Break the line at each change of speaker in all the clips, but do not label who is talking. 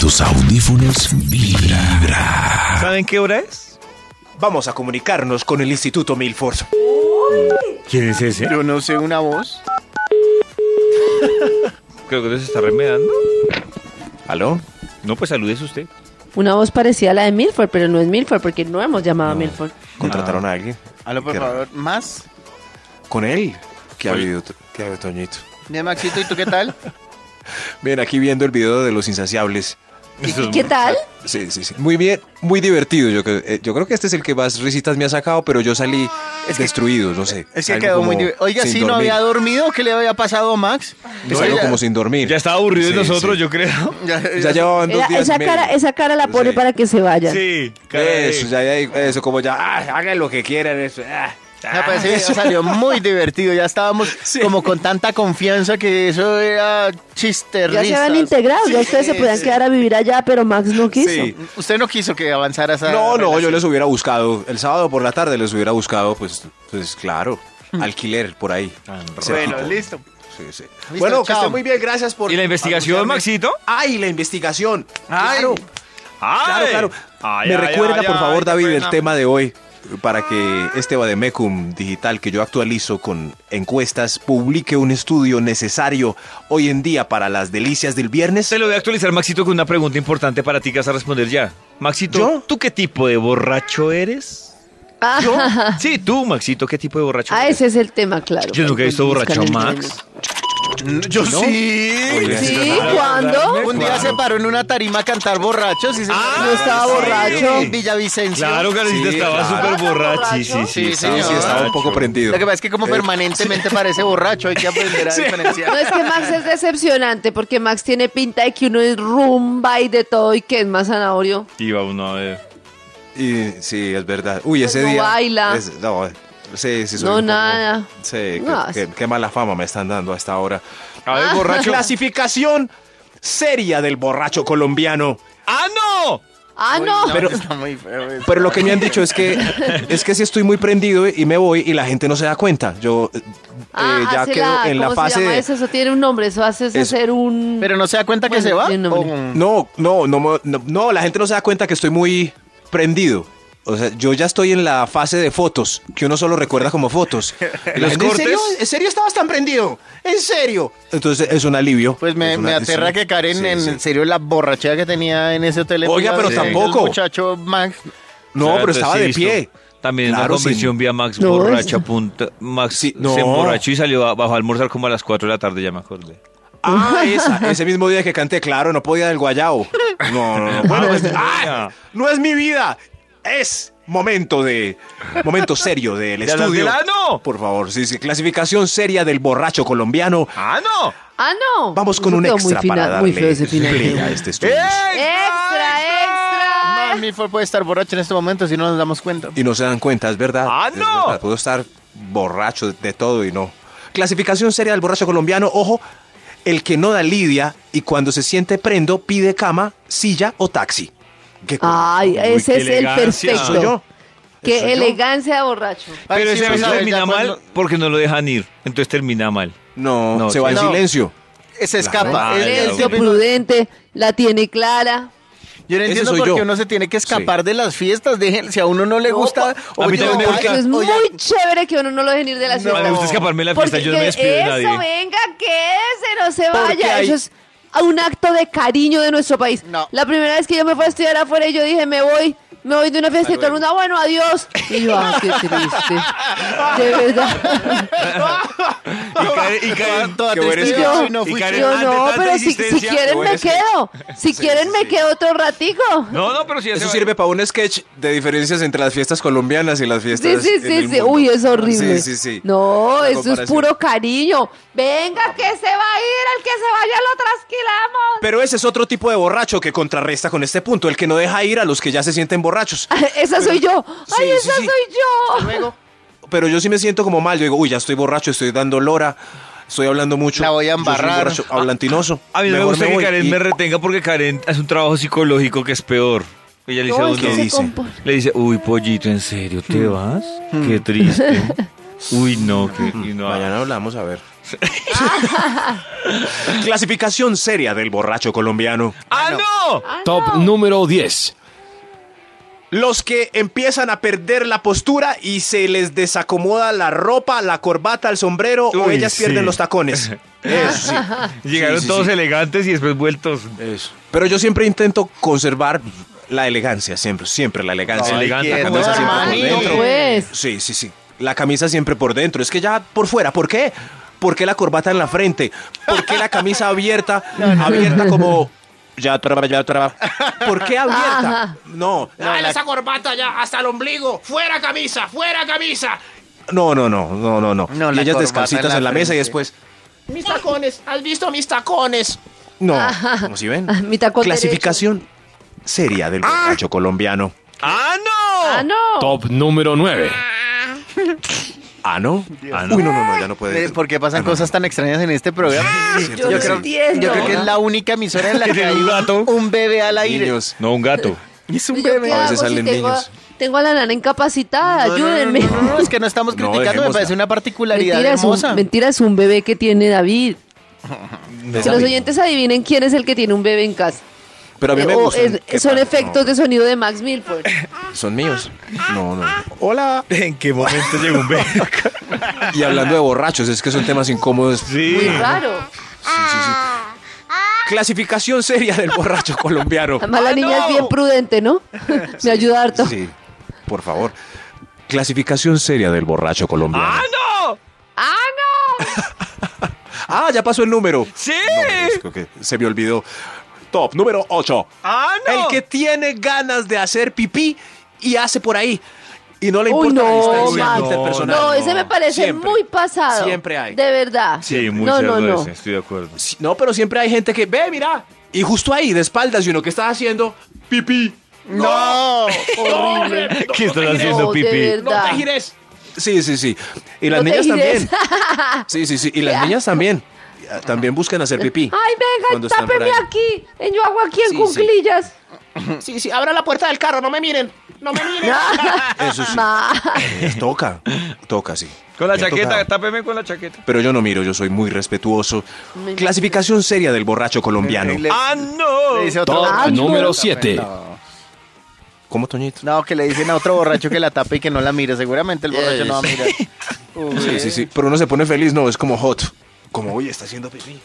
tus audífonos vibra.
Ah.
¿Saben qué hora es?
Vamos a comunicarnos con el Instituto Milford.
¿Quién es ese?
Yo no sé una voz.
Creo que se está remedando.
¿Aló?
No, pues saludes usted.
Una voz parecida a la de Milford, pero no es Milford porque no hemos llamado a Milford.
¿Contrataron a alguien?
Aló, por
Qué raro.
favor, más.
¿Con él? ¿Qué ha
Oye.
habido, qué ha habido, Toñito?
Bien, Maxito, ¿y tú qué tal?
Bien, aquí viendo el video de los insaciables.
Eso es-
¿Qué tal?
Sí, sí, sí. Muy bien, muy divertido. Yo, creo- eh, yo creo que este es el que más risitas me ha sacado, pero yo salí destruido, no sé.
Ah, Es que
Algo
quedó muy...
como
div- Oiga,
sin
sí, no
dormir.
había dormido. ¿Qué le había pasado a Max?
Es
Oiga,
algo como sin dormir.
Ya estaba aburrido de
Sí,
nosotros,
sí.
yo creo.
ya-
Ya llevaban dos
Era-
días y
esa,
medio.
cara, esa cara la pone
Sí.
para que se vayan.
Sí.
Eso, ya, ya, eso, como ya, ah, hagan lo que quieran, eso. ah,
Me parece que eso salió muy divertido. Ya estábamos como con tanta confianza que eso era chiste,
Ya se
risas.
habían integrado, ya ustedes se
Sí,
podían
sí.
quedar a vivir allá, pero Max no quiso.
Sí.
Usted no quiso que avanzara esa.
No, no, yo
relación.
les hubiera buscado. El sábado por la tarde les hubiera buscado, pues, pues claro, alquiler por ahí.
Bueno,
Cerquita.
listo.
Ah, Sí, sí.
Listo,
Bueno, que
chao.
esté muy bien, gracias por.
¿Y la investigación, Maxito?
¡Ay, la investigación!
Ay.
¡Claro! Claro,
¡Ay!
claro.
Ay,
Me
ay,
recuerda,
ay,
por
ay,
favor,
qué
David, el
pena.
tema de hoy para que este Bademecum digital que yo actualizo con encuestas publique un estudio necesario hoy en día para las delicias del viernes.
Se lo voy a actualizar, Maxito, con una pregunta importante para ti que vas a responder ya. Maxito,
¿Yo?
¿tú qué tipo de borracho eres?
Ah,
Sí, tú, Maxito, ¿qué tipo de borracho
ah,
eres?
ese es el tema, claro.
Yo nunca he visto
Buscan
borracho
el
Max.
Yo sí.
Oiga,
¿Sí?
eso es-
¿Cuándo?
Un día se paró en una tarima a cantar borrachos y se
Ah,
¿no estaba borracho?
En Villavicencio.
Claro, Karencita,
Sí,
estaba
claro.
súper borracho. Sí,
¿Estaba
sí, sí.
borracho?
Sí, sí, estaba un poco prendido.
Lo que pasa es que
Eh,
como permanentemente parece borracho, hay que aprender a diferenciar.
No es que Max es decepcionante porque Max tiene pinta de que uno es rumba y de todo y que es más zanahorio.
Iba uno a ver.
Y, sí, es verdad. Uy, ese
Pues no
día.
baila.
es- no, sí, sí, soy
No,
un poco-
nada.
Sí,
No, Ah.
qué,
sí.
qué mala fama me están dando hasta ahora.
A ver, borracho.
Clasificación seria del borracho colombiano.
¡Ah, no!
Ah, no.
No,
Pero-
está muy feo eso.
Pero lo que me han dicho es que es que si estoy muy prendido y me voy y la gente no se da cuenta. Yo eh,
Ah,
ya
hace
quedo
la-
en la
¿cómo
fase
Se llama
de-
eso? eso tiene un nombre, eso hace
Eso.
hacer un.
Pero no se da cuenta que
Bueno,
se va.
tiene nombre.
¿O-
No, no, no, mo- no, no, la gente no se da cuenta que estoy muy prendido. O sea, yo ya estoy en la fase de fotos, que uno solo recuerda como fotos. Y la
¿Los
gente, ¿En serio?
cortes?
¿En serio estabas tan prendido? ¿En serio? Entonces es un alivio.
Pues me,
Es
me
una- es
aterra
un-
que Karen,
Sí,
en
sí.
serio, la borrachera que tenía en ese hotel. en
Oiga, pero
Villavicencio,
tampoco.
El muchacho Max.
No,
O sea,
pero
entonces
estaba
sí,
de
listo.
pie.
También la
Claro,
convención
sí.
vía Max
No,
borracha
es-
punta. Max
Sí, no.
se emborrachó y salió a- bajó a almorzar como a las 4 de la tarde, ya me acordé.
Ah, esa, ese mismo día que canté, claro, no podía del guayao. No, no, no. Bueno, pues, ¡ah! no es mi vida. Es momento de momento serio del
hablas
estudio.
del ano?
Por favor, sí, sí, clasificación seria del borracho colombiano.
¡Ah, no!
Ah, no.
Vamos con
Eso
un
quedó
extra
muy fina-
para
muy
darle
feo ese final.
play a este estudio.
¡Extra,
No,
extra!
Milford puede estar borracho en este momento si no nos damos cuenta.
Y no se dan cuenta, es verdad.
¡Ah,
es
no!
verdad, Puedo estar borracho de todo y no. Clasificación seria del borracho colombiano, ojo, el que no da lidia y cuando se siente prendo pide cama, silla o taxi. Qué
Ay,
cosa.
ese
qué
es el
elegancia.
perfecto.
Soy yo.
Qué
soy yo.
elegancia de borracho.
Ay,
pero
sí,
ese a
pues,
veces
¿sabes?
termina
Ya
mal
cuando-
porque no lo dejan ir. Entonces termina mal.
No,
No,
se va
no.
en silencio.
Se escapa.
Claro.
Él- él
Ay,
se
Silencio
opinó-
prudente, la tiene clara.
Yo no
Ese
entiendo
soy
por
yo.
qué uno se tiene que escapar de las fiestas. Dejen, si a uno no le gusta.
pa- a mí también me
oye,
gusta.
Eso es muy
oye,
chévere que uno no lo dejen ir de la
No.
ciudad.
Me gusta escaparme de la fiesta, yo no me despido de
eso,
nadie.
venga, quédese, no se
Porque
vaya.
hay-
Eso es un acto de cariño de nuestro país.
No.
La primera vez que yo me fui a estudiar afuera y yo dije, me voy, me voy de una fiesta y todo el mundo, "Ah, bueno, adiós. Y yo, ah, qué triste. De verdad.
Y Karen, y Karen-
Toda
Qué buen
Y
tristeza,
yo,
y no
y
fui.
Karen,
yo
ante
no,
tanta
pero si, si
insistencia,
quieren
yo
me
eres-
quedo. Si quieren me quedo otro ratico.
No, no, pero si ya se
Eso
va-
sirve para un sketch de diferencias entre las fiestas colombianas y las
Sí,
fiestas.
sí,
en el
sí, sí.
mundo.
Uy, es horrible.
Sí, sí, sí.
No,
La
eso es
comparación.
puro cariño. Venga, que se va a ir, al que se vaya lo trasquilamos.
Pero ese es otro tipo de borracho que contrarresta con este punto, el que no deja ir a los que ya se sienten borrachos.
esa soy yo. Ay,
Sí, sí,
esa
sí.
soy yo.
Pero yo sí me siento como mal. Yo digo, uy, ya estoy borracho, estoy dando lora, estoy hablando mucho.
La voy
Yo
a
soy un
embarrar.
borracho hablantinoso.
A mí no me
Mejor
gusta que
voy.
Karen
Y-
me retenga porque Karen hace un trabajo psicológico que es peor. Ella le dice, a
No,
uno,
es que
¿qué
se
dice?
compo-
Hmm.
le dice, uy, pollito, ¿en serio te vas? Qué triste. Uy, no, que. y no.
Mañana hablamos, a ver. Clasificación seria del borracho colombiano.
¡Ah, no!
Top número 10.
Los que empiezan a perder la postura y se les desacomoda la ropa, la corbata, el sombrero o
Uy,
ellas
sí.
pierden los tacones. Eso sí.
Llegaron
Sí, sí,
todos
sí.
elegantes y después vueltos. eh,
Eso. Pero yo siempre intento conservar la elegancia, siempre, siempre la elegancia.
No, elegante,
La
quieto,
camisa siempre por
hermanito.
dentro.
No, pues.
Sí, sí, sí. La camisa siempre por dentro. Es que ya por fuera, ¿por qué? ¿Por qué la corbata en la frente? ¿Por qué la camisa abierta? Abierta como... Ya, traba, ya, traba. ¿Por qué abierta?
Ajá.
No.
No, la-
corbata ya hasta el ombligo! ¡Fuera camisa! ¡Fuera camisa! No, no, no, no, no, no.
No,
y
la
ellas
corbata
descalcitas en
en
la,
la
mesa y
frente.
después...
Mis tacones, ¿has visto mis tacones?
No,
Ajá.
como si ven.
Ah, mi tacón
Clasificación seria del borracho colombiano.
¡Ah, no!
Ah, no.
Top número 9.
Ah, ¿no? Ah, no. Uy, no, no, no, ya no puede.
¿Por qué pasan cosas tan extrañas en este programa?
yo no entiendo.
yo creo que es la única emisora en la que hay
un gato.
un, un bebé al aire.
Niños.
No, un gato.
Es un
¿Y yo
bebé.
qué
A
hago
veces
si
salen
tengo,
niños.
tengo a la nana incapacitada,
No, no, no,
ayúdenme.
No, no, no, es que no estamos
No,
criticando, me
dejémosla.
parece una particularidad
Mentira es, un,
hermosa.
mentira, es un bebé que tiene David. Si los
David.
oyentes adivinen quién es el que tiene un bebé en casa.
Pero a mí me
O
gustan.
Eh, oh, es-
¿Qué
son
tal?
efectos de sonido de Max Milford.
No, son míos.
Ah.
No, no. Hola.
¿En qué momento llegó un bebé?
Y hablando de borrachos, es que son temas incómodos.
Sí.
Muy raro.
Clasificación seria del borracho colombiano.
Además, la niña es bien prudente, ¿no? Me ayuda harto.
Sí, por favor. Clasificación seria del borracho colombiano.
¡Ah, no!
¡Ah, no!
Ah, ya pasó el número.
¡Sí!
No, es que- que se me olvidó. Top número 8.
¡Ah, no!
El que tiene ganas de hacer pipí y hace por ahí. Y no le
Uy,
importa la
no,
distancia
Max.
interpersonal.
No, ese me parece
Siempre.
muy pasado.
Siempre hay.
De verdad.
Sí, muy
no, no,
cerdo
no.
ese, estoy de acuerdo.
Sí, No, pero siempre hay gente que ve, mira. Y justo ahí, de espaldas, y uno que está haciendo pipí.
No,
Horrible.
¿Qué estás
No,
haciendo,
de
pipí?
verdad.
gires. Sí, sí, sí. Y las
No te
niñas
gires.
también. Sí, sí, sí. Y las niñas también. También buscan hacer pipí.
Ay,
cuando
venga,
están por
tápeme
ahí.
aquí. Eh, Yo hago aquí en
Sí, sí.
cuclillas.
Sí, sí, abra la puerta del carro, no me miren. No me miren.
Eso sí.
Ma-
Ellas Toca. Toca, sí.
Con la
Me ha
chaqueta,
tocado.
tápeme con la chaqueta.
Pero yo no miro, yo soy muy respetuoso.
Me-
Clasificación seria del borracho colombiano.
Le-
¡Ah, no!
le dice a
Ah,
otro
Top
borracho.
número 7.
No.
¿Cómo, Toñito?
No, que le dicen a otro borracho que la tape y que no la mire. Seguramente el borracho no va a mirar.
Sí, sí, sí. Pero uno se pone feliz, no, es como hot. Como, oye, está haciendo pipí.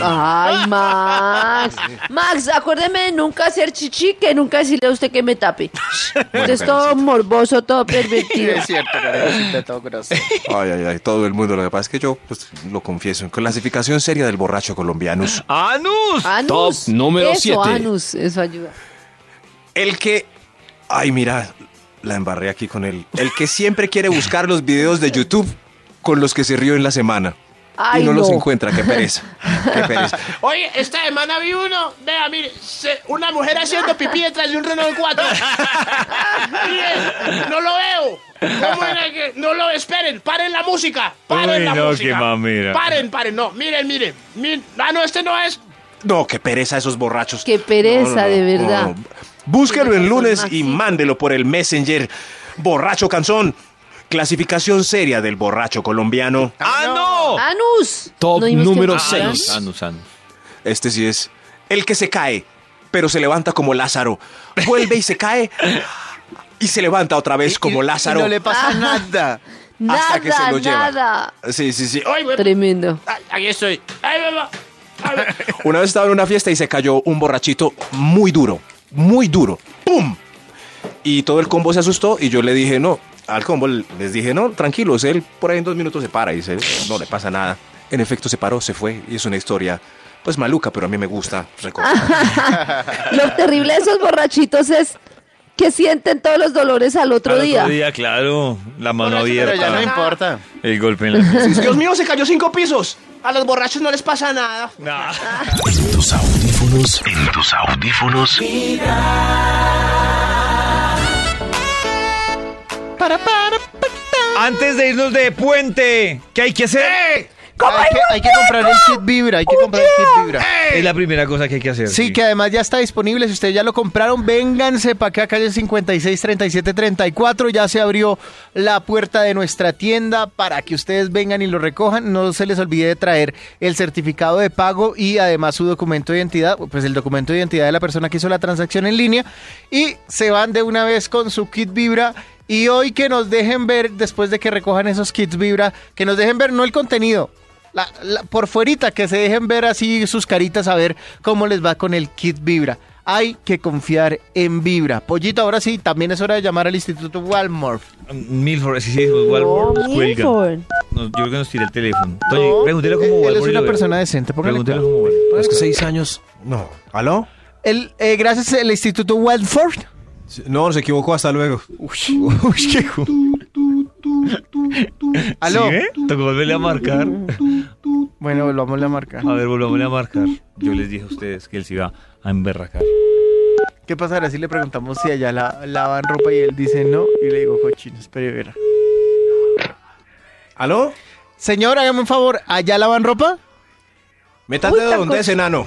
Ay, Max. Max, acuérdeme de nunca hacer chichi, que nunca decirle a usted que me tape. Usted es todo morboso, todo
Sí,
pervertido.
es cierto, Karencita, todo grosso.
Ay, ay, ay, todo el mundo. Lo que pasa es que yo, pues, lo confieso. Clasificación seria del borracho colombiano.
¡Anus!
Anus.
Top número
eso,
siete.
Anus, eso ayuda.
El que... Ay, mira, la embarré aquí con él. El que siempre quiere buscar los videos de YouTube con los que se rió en la semana.
Ay,
y no, los
no.
encuentra, qué pereza. Qué pereza.
Oye, esta semana vi uno, vea, mire, una mujer haciendo pipí detrás de un Renault 4. no lo veo. No lo esperen, paren la música.
paren Uy, la no, música. qué mamera. Paren,
paren, no, miren, miren. Ah, no, este no es.
No, qué pereza esos borrachos.
Qué pereza, de verdad.
Búsquelo el
Tienes razón,
lunes y
Maxi.
mándelo por el Messenger. Borracho canzón. Clasificación seria del borracho colombiano.
¡Ah, no!
Anus.
Top
¿No vimos que
número
me
seis.
tapan?
Anus, anus, anus.
Este sí es el que se cae, pero se levanta como Lázaro. Vuelve y se cae y se levanta otra vez como Lázaro.
no le
Ah.
pasa nada.
Nada,
hasta que se lo lleva.
nada.
Sí, sí, sí.
Ay, güey,
Tremendo.
ay, aquí estoy. Ay, mamá. Ay, mamá.
Una vez estaba en una fiesta y se cayó un borrachito muy duro, muy duro. ¡Pum! Y todo el combo se asustó y yo le dije, no, al combo les dije, no, tranquilos, él por ahí en dos minutos se para y dice, no le pasa nada. En efecto se paró, se fue y es una historia, pues maluca, pero a mí me gusta
Ah.
recordar.
Lo terrible de esos borrachitos es que sienten todos los dolores al otro,
Al
día.
otro día, claro. La mano
Pero ya no
abierta.
importa.
El golpe en la
Sí, Dios mío, se cayó cinco pisos.
A los borrachos no les pasa nada.
Nah.
En tus audífonos. En tus audífonos.
Antes de irnos de puente, ¿qué hay que hacer?
¿Cómo
Hay que, hay que comprar el kit Vibra, hay que comprar el
Oh,
kit Vibra.
Es la primera cosa que hay que hacer.
Sí, que además ya está disponible. Si ustedes ya lo compraron, vénganse para acá, calle 56 37 34. Ya se abrió la puerta de nuestra tienda para que ustedes vengan y lo recojan. No se les olvide de traer el certificado de pago y además su documento de identidad, pues el documento de identidad de la persona que hizo la transacción en línea. Y se van de una vez con su kit Vibra. Y hoy que nos dejen ver, después de que recojan esos kits Vibra, que nos dejen ver no el contenido, la, la- por fuerita, que se dejen ver así sus caritas a ver cómo les va con el kit Vibra. Hay que confiar en Vibra. Pollito, ahora sí, también es hora de llamar al Instituto Walmore.
Milford, sí, sí, Walmart cuelga. No, yo creo que nos tira el teléfono. Oye, pregúntelo
Eh, él-
como
él
Walmart.
es
y
una
lo veo.
persona decente, póngale
Pregúntelo
cuidado.
como Walmart.
Es que seis años. No. ¿Aló?
El, eh, gracias al Instituto Walford.
No, se equivocó. Hasta luego.
Uy, qué ju- Aló.
¿Sí, eh? ve? Tocó volverle a marcar.
Bueno, volvamos a marcar.
A ver, volvámosle a marcar. Yo les dije a ustedes que él se iba a emberracar.
¿Qué pasará si le preguntamos si allá la, lavan ropa y él dice no? Y le digo, cochinos, pero verá.
¿Aló?
Señor, hágame un favor, ¿allá lavan ropa?
Metas
Uy,
de
tan
donde
cos-
es enano.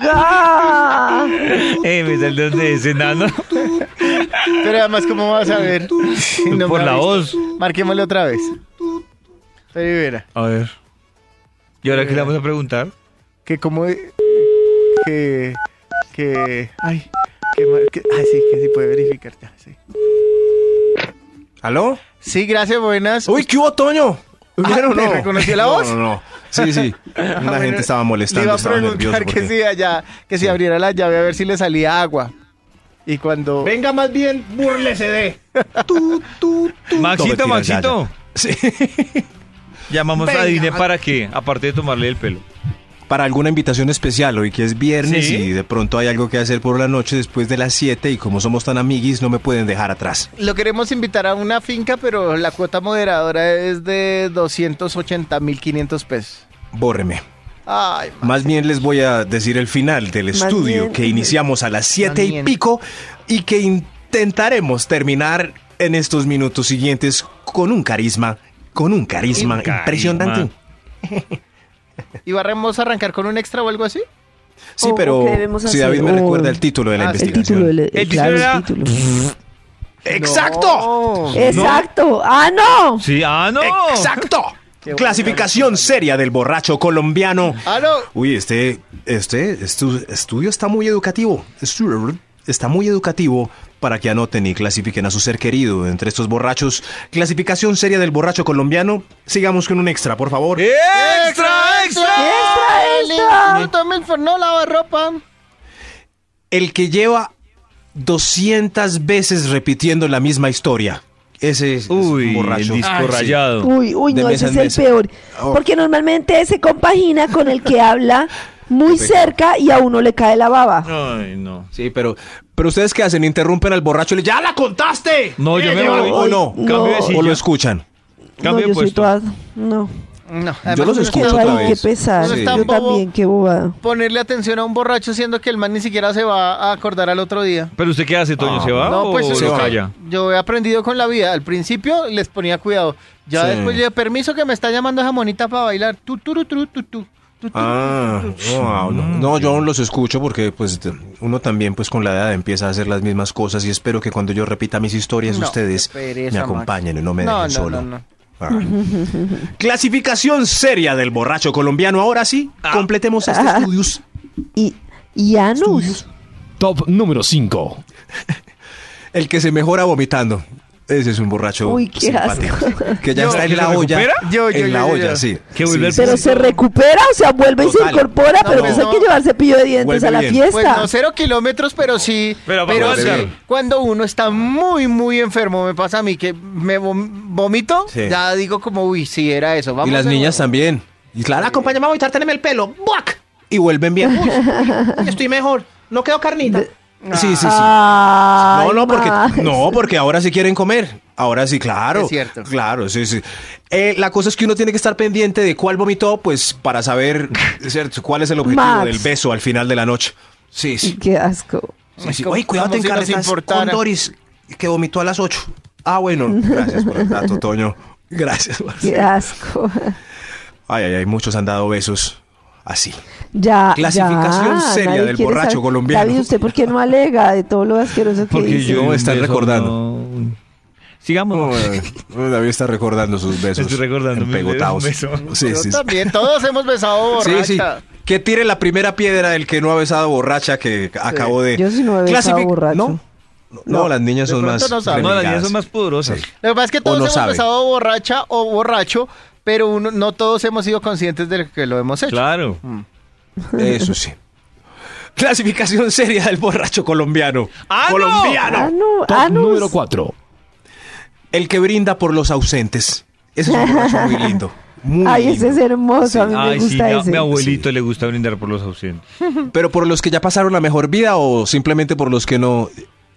Oiga.
Eh, me sale donde ese nano.
Pero además, ¿cómo vas a ver? No
Por
me
la
avisa.
voz.
Marquémosle otra vez. Freddy Vera,
A ver. ¿Y ahora qué le vamos a preguntar?
que como... Que... Que... Ay, que... ma- que- ay, sí, que sí puede verificar ya, sí.
¿Aló?
Sí, gracias, buenas.
Uy, ¿qué hubo, Toño? ¿Vieron o
Ah, ¿te
no?
reconoció la voz?
No, no, no. Sí, sí. Una
Ah, bueno,
gente estaba molestando,
Le iba a
estaba nerviosa.
preguntar que si allá, que si abriera la llave a ver si le salía agua. Y cuando...
Venga, más bien, burlese de.
Maxito,
No, mentira,
Maxito. Llamamos a Dine para que, aparte de tomarle el pelo.
Para alguna invitación especial, hoy que es viernes
Sí.
y de pronto hay algo que hacer por la noche después de las 7 y como somos tan amiguis no me pueden dejar atrás.
Lo queremos invitar a una finca, pero la cuota moderadora es de 280.500 pesos.
Bórreme.
Ay, ma-
Más bien les voy a decir el final del estudio
bien.
que iniciamos a las 7 y
bien.
pico y que intentaremos terminar en estos minutos siguientes con un carisma, con un carisma
Un carisma.
impresionante.
¿Y barremos a arrancar con un extra o algo así?
Sí,
Oh,
pero
¿qué debemos
si
hacer?
David me
Oh.
recuerda el título de la
Ah, el
El
investigación.
título, el, el-
El
claro,
título
el título.
¡Exacto!
Exacto. ¡Ah, no!
Sí, ah, no.
¡Exacto!
Qué bueno.
Clasificación seria del borracho colombiano.
Ah, no.
Uy, este, este estu- estudio está muy educativo. Estu- Está muy educativo para que anoten y clasifiquen a su ser querido entre estos borrachos. Clasificación seria del borracho colombiano. Sigamos con un extra, por favor.
¡Extra, extra!
¡Extra, extra! El Instituto Milford no lava ropa.
El que lleva 200 veces repitiendo la misma historia. Ese es, es un
Uy, el
borracho.
disco
Ay, sí.
rayado.
Uy, uy,
De
no,
mesa
ese
en
es
mesa.
el peor.
Oh.
Porque normalmente se compagina con el que habla muy
Perfecto.
cerca y a uno le cae la baba.
Ay, no.
Sí, pero, pero ustedes qué hacen, interrumpen al borracho y le ¡Ya la contaste!
No, yo me voy.
O no,
No.
Cambio de
o lo
silla.
escuchan.
No,
Cambio de
yo soy
puesto.
toda. No.
No,
Yo los
uno
Qué,
escucho
está-
otra
vaina, qué
vez.
pesar.
Uno está
Yo
bobo.
también, qué bobada.
Ponerle atención a un borracho siendo que el man ni siquiera se va a acordar al otro día.
Pero usted qué hace, Toño, ¿se
Ah,
va?
No, pues
o
es
lo
que
calla?
yo he aprendido con la vida. Al principio les ponía cuidado. Ya
Sí.
después yo, permiso que me está llamando esa monita para bailar. Tu, tu, tu, tu, tu, tu, tu, tu,
Ah,
tu, tu, tu.
no, no,
Mm.
no, yo aún los escucho porque pues t- uno también pues con la edad empieza a hacer las mismas cosas y espero que cuando yo repita mis historias
No,
ustedes
qué pereza,
me
Max.
acompañen y no me
No,
dejen
no,
solo.
no, no.
Ah. Clasificación seria del borracho colombiano. Ahora sí,
Ah.
completemos este estudios.
Y, y Anus.
Top número 5.
El que se mejora vomitando. Ese es un borracho
Uy, qué
simpático,
asco.
Que ya
Yo-
está
¿Que
en
se
la olla.
recupera?
Yo, yo,
en la
yo, yo,
olla,
yo.
sí.
Que
Sí,
vuelve
sí,
Pero
sí.
se recupera, o sea, vuelve y se
Total.
incorpora, pero
pues
pues hay
no.
que llevar cepillo de dientes
Vuelve
a la
bien.
fiesta.
Pues no cero kilómetros, pero sí.
Pero para
pero
aguantar.
sí, cuando uno está muy, muy enfermo, me pasa a mí que me vom- vomito,
Sí.
ya digo como, uy, sí, era eso. Vamos
Y las
de
niñas
nuevo.
también. Y claro, acompáñame a vomitar, teneme el pelo. ¡Buac! Y vuelven bien. Uy, estoy mejor. No quedo carnita. Sí, sí, sí.
Ay,
No, no, porque,
Max.
no, porque ahora sí quieren comer. Ahora sí, claro.
Es cierto.
Claro, sí, sí. Eh, la cosa es que uno tiene que estar pendiente de cuál vomitó, pues para saber ¿cierto? cuál es el objetivo
Max.
del beso al final de la noche. Sí, sí.
Qué asco.
sí, sí.
Como-
Oye, cuidado,
como
te
si nos
encarretas
importara.
con Doris, que vomitó a las 8. Ah, bueno, gracias por el dato, Toño. Gracias, parce.
Qué asco.
Ay, ay, ay, muchos han dado besos así.
Ya,
Clasificación
ya,
seria
nadie
del
quiere
borracho
saber.
colombiano.
David, ¿usted por qué no alega de todo lo asqueroso que
Porque
hizo?
yo
No,
un
están
beso
recordando.
no- Sigamos.
Bueno, David está recordando sus besos.
Estoy recordando mis
empegotados.
besos.
Sí,
Yo
sí, sí.
también, todos hemos besado borracha.
Sí, sí. Que tire la primera piedra el que no ha besado borracha que acabo de.
Yo sí no he besado
Clasific-
borracho.
No, no,
No,
las niñas
de
son
pronto
más.
no saben.
No, las niñas
renegadas.
son más pudorosas.
Sí.
Lo que pasa es que
O
todos
no
hemos
sabe.
besado borracha o borracho, pero uno- no todos hemos sido conscientes de que lo hemos hecho.
Claro.
Eso sí. Clasificación seria del borracho colombiano.
¡Ah, no!
colombiano.
Anu,
Top
anus.
número 4.
El que brinda por los ausentes. Ese es un borracho muy lindo. Muy
Ay,
lindo.
ese es hermoso, a mí me
Ay, sí,
gusta
mi, a-
ese.
mi abuelito le gusta brindar por los ausentes.
Pero por los que ya pasaron la mejor vida o simplemente por los que no,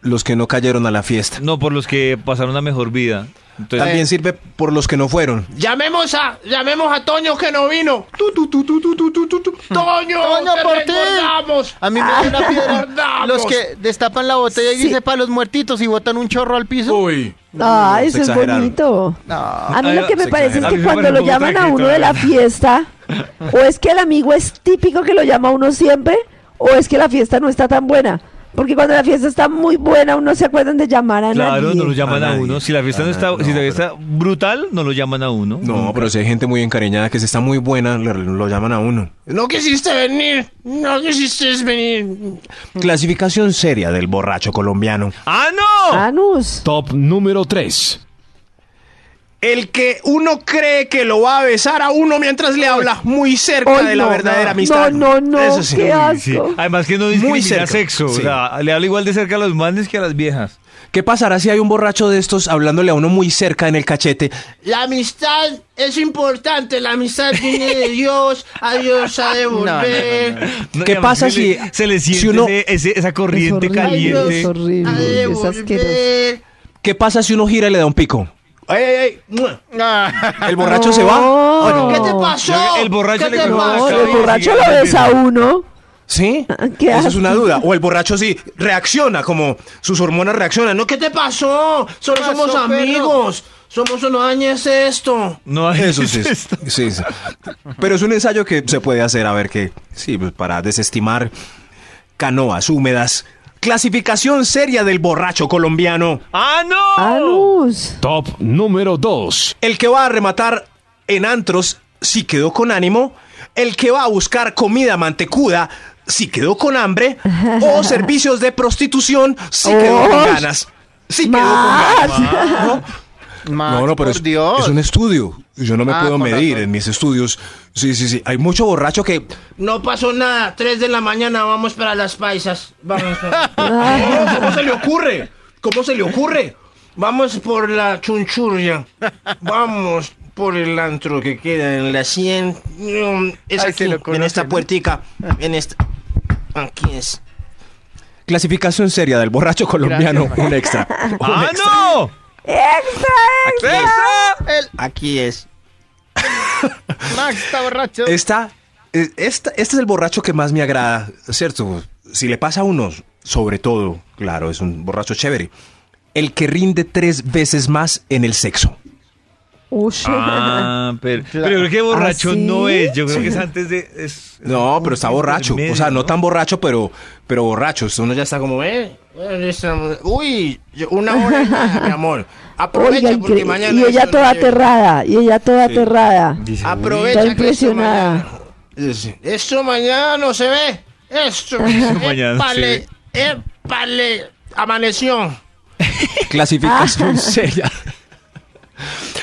los que no cayeron a la fiesta.
No, por los que pasaron la mejor vida. Entonces,
También sirve por los que no fueron.
Llamemos a, llamemos a Toño que no vino. Tu, tu, tu, tu, tu, tu, tu, tu, tu. Toño,
Toño,
te
por ti.
recordamos.
A mí me da una piedra.
Recordamos.
Los que destapan la botella y
Sí.
dice para los muertitos y botan un chorro al piso.
Uy.
Ah, eso
Se
es
exageraron.
bonito. A mí
Ay,
lo que me
se
parece es
exageraron. ah, A mí me
que cuando
parece
lo
un poco
llaman a
traquito,
uno
la
de la
verdad.
fiesta, o es que el amigo es típico que lo llama a uno siempre, o es que la fiesta no está tan buena. Porque cuando la fiesta está muy buena, uno se acuerdan de llamar a
Claro, no lo
nadie.
llaman
A
a,
nadie.
uno. Si la fiesta
A
no está,
nadie,
si
no,
la fiesta brutal, no lo llaman a uno.
No, pero si hay gente muy encariñada que se está muy buena, le- lo llaman a uno.
No quisiste venir, no quisiste venir.
Clasificación seria del borracho colombiano.
¡Ah, no!
Anus.
Top número 3.
El que uno cree que lo va a besar a uno mientras le habla muy cerca
Ay,
de la
no,
verdadera
no,
amistad.
no, no,
Eso sí.
qué asco.
Sí, Además que no
Muy
discrimina
cerca,
sexo.
sí.
O sea, le habla igual de cerca a los manes que a las viejas.
¿Qué pasará si hay un borracho de estos hablándole a uno muy cerca en el cachete?
La amistad es importante, la amistad viene de Dios, a Dios ha de volver.
No,
¿Qué
y además
pasa
se le-
si-
se le
si
siente
uno-
ese- ese- esa corriente
horrible,
es
caliente?
Ha de
horrible, es asqueroso.
volver.
¿Qué pasa si uno gira y le da un pico? ¡Ay, ay, ay! ¡Mua!
Ah,
¿El borracho se va?
No.
¿O no?
¿Qué te pasó?
El borracho
¿Qué
le
te
cogió la
pasó?
No,
cabeza.
el borracho lo besa a uno.
¿Sí?
qué
Esa es
asco.
una duda. O el borracho sí reacciona, como sus hormonas reaccionan. No,
¿Qué te pasó? Solo
¿Qué pasó,
somos
perro?
amigos. Somos no dañes esto.
No,
Eso sí. es- sí, sí. Pero es un ensayo que se puede hacer, a ver qué. Sí, pues para desestimar canoas húmedas. Clasificación seria del borracho colombiano.
¡Ah, no!
Anus.
Top número 2.
El que va a rematar en antros, si quedó con ánimo. El que va a buscar comida mantecuda, si quedó con hambre. O servicios de prostitución, si quedó con
¡Oh!
ganas. Si quedó con ganas.
Más.
¿no?
Más,
No, no, pero
por
es,
Dios.
es un estudio. Yo no me
Ah,
puedo
con
medir
razón.
en mis estudios. Sí, sí, sí. Hay mucho borracho que.
No pasó nada. Tres de la mañana vamos para las paisas. Vamos. para-
¡No! ¿Cómo se le ocurre? ¿Cómo se le ocurre?
vamos por la chunchurria. Vamos por el antro que queda en la 100. Es
Ay, se
aquí,
lo
en
conoce,
esta
¿no?
puertica. En esta. Aquí es.
Clasificación seria del borracho colombiano. un extra.
¡Ah, no! ¡Extra!
El
Aquí es.
Max está borracho.
Esta, eh, esta- este es el borracho que más me agrada, ¿cierto? Si le pasa a uno, sobre todo, claro, es un borracho chévere. El que rinde tres veces más en el sexo.
Ush.
Ah, pero, pero yo creo que borracho
¿Ah, sí?
no es. Yo creo
Sí.
que es antes de. es-
No, pero está borracho. O sea, no tan borracho, pero, pero borracho. Uno ya está como,
Como ¿eh? ve. ¿dónde estamos? Uy, yo- una hora, y nada, mi amor. Aprovecha
Oiga,
porque
incre-
mañana.
y ella
es
toda
donde-
aterrada, y ella toda aterrada.
Aprovecha.
Está
que
impresionada.
Esto mañana, esto mañana no se ve. Esto.
mañana no se
Épale, épale. Amaneció.
Clasificación seria.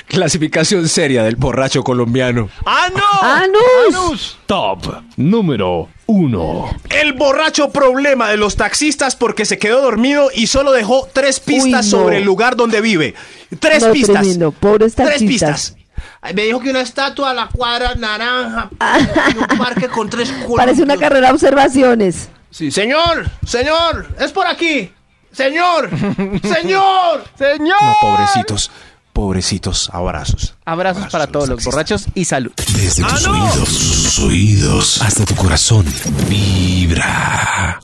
Clasificación seria del borracho colombiano.
¡Ah, no!
¡Anus!
Top número 1.
El borracho problema de los taxistas porque se quedó dormido y solo dejó tres pistas
no.
sobre el lugar donde vive. Tres
No,
pistas.
tremendo. Pobres
Tres
taxistas.
pistas.
Ay, Me dijo que una estatua a la cuadra naranja. y un parque con tres columnas.
Ah. Parece una carrera de observaciones.
Señor, señor, es por aquí. Señor, señor.
¡Señor!
No, pobrecitos. Pobrecitos. Abrazos.
Abrazos para
a
todos los
taxistas.
borrachos y salud.
Ah,
Desde tus oídos, sus oídos, hasta tu corazón. Vibra.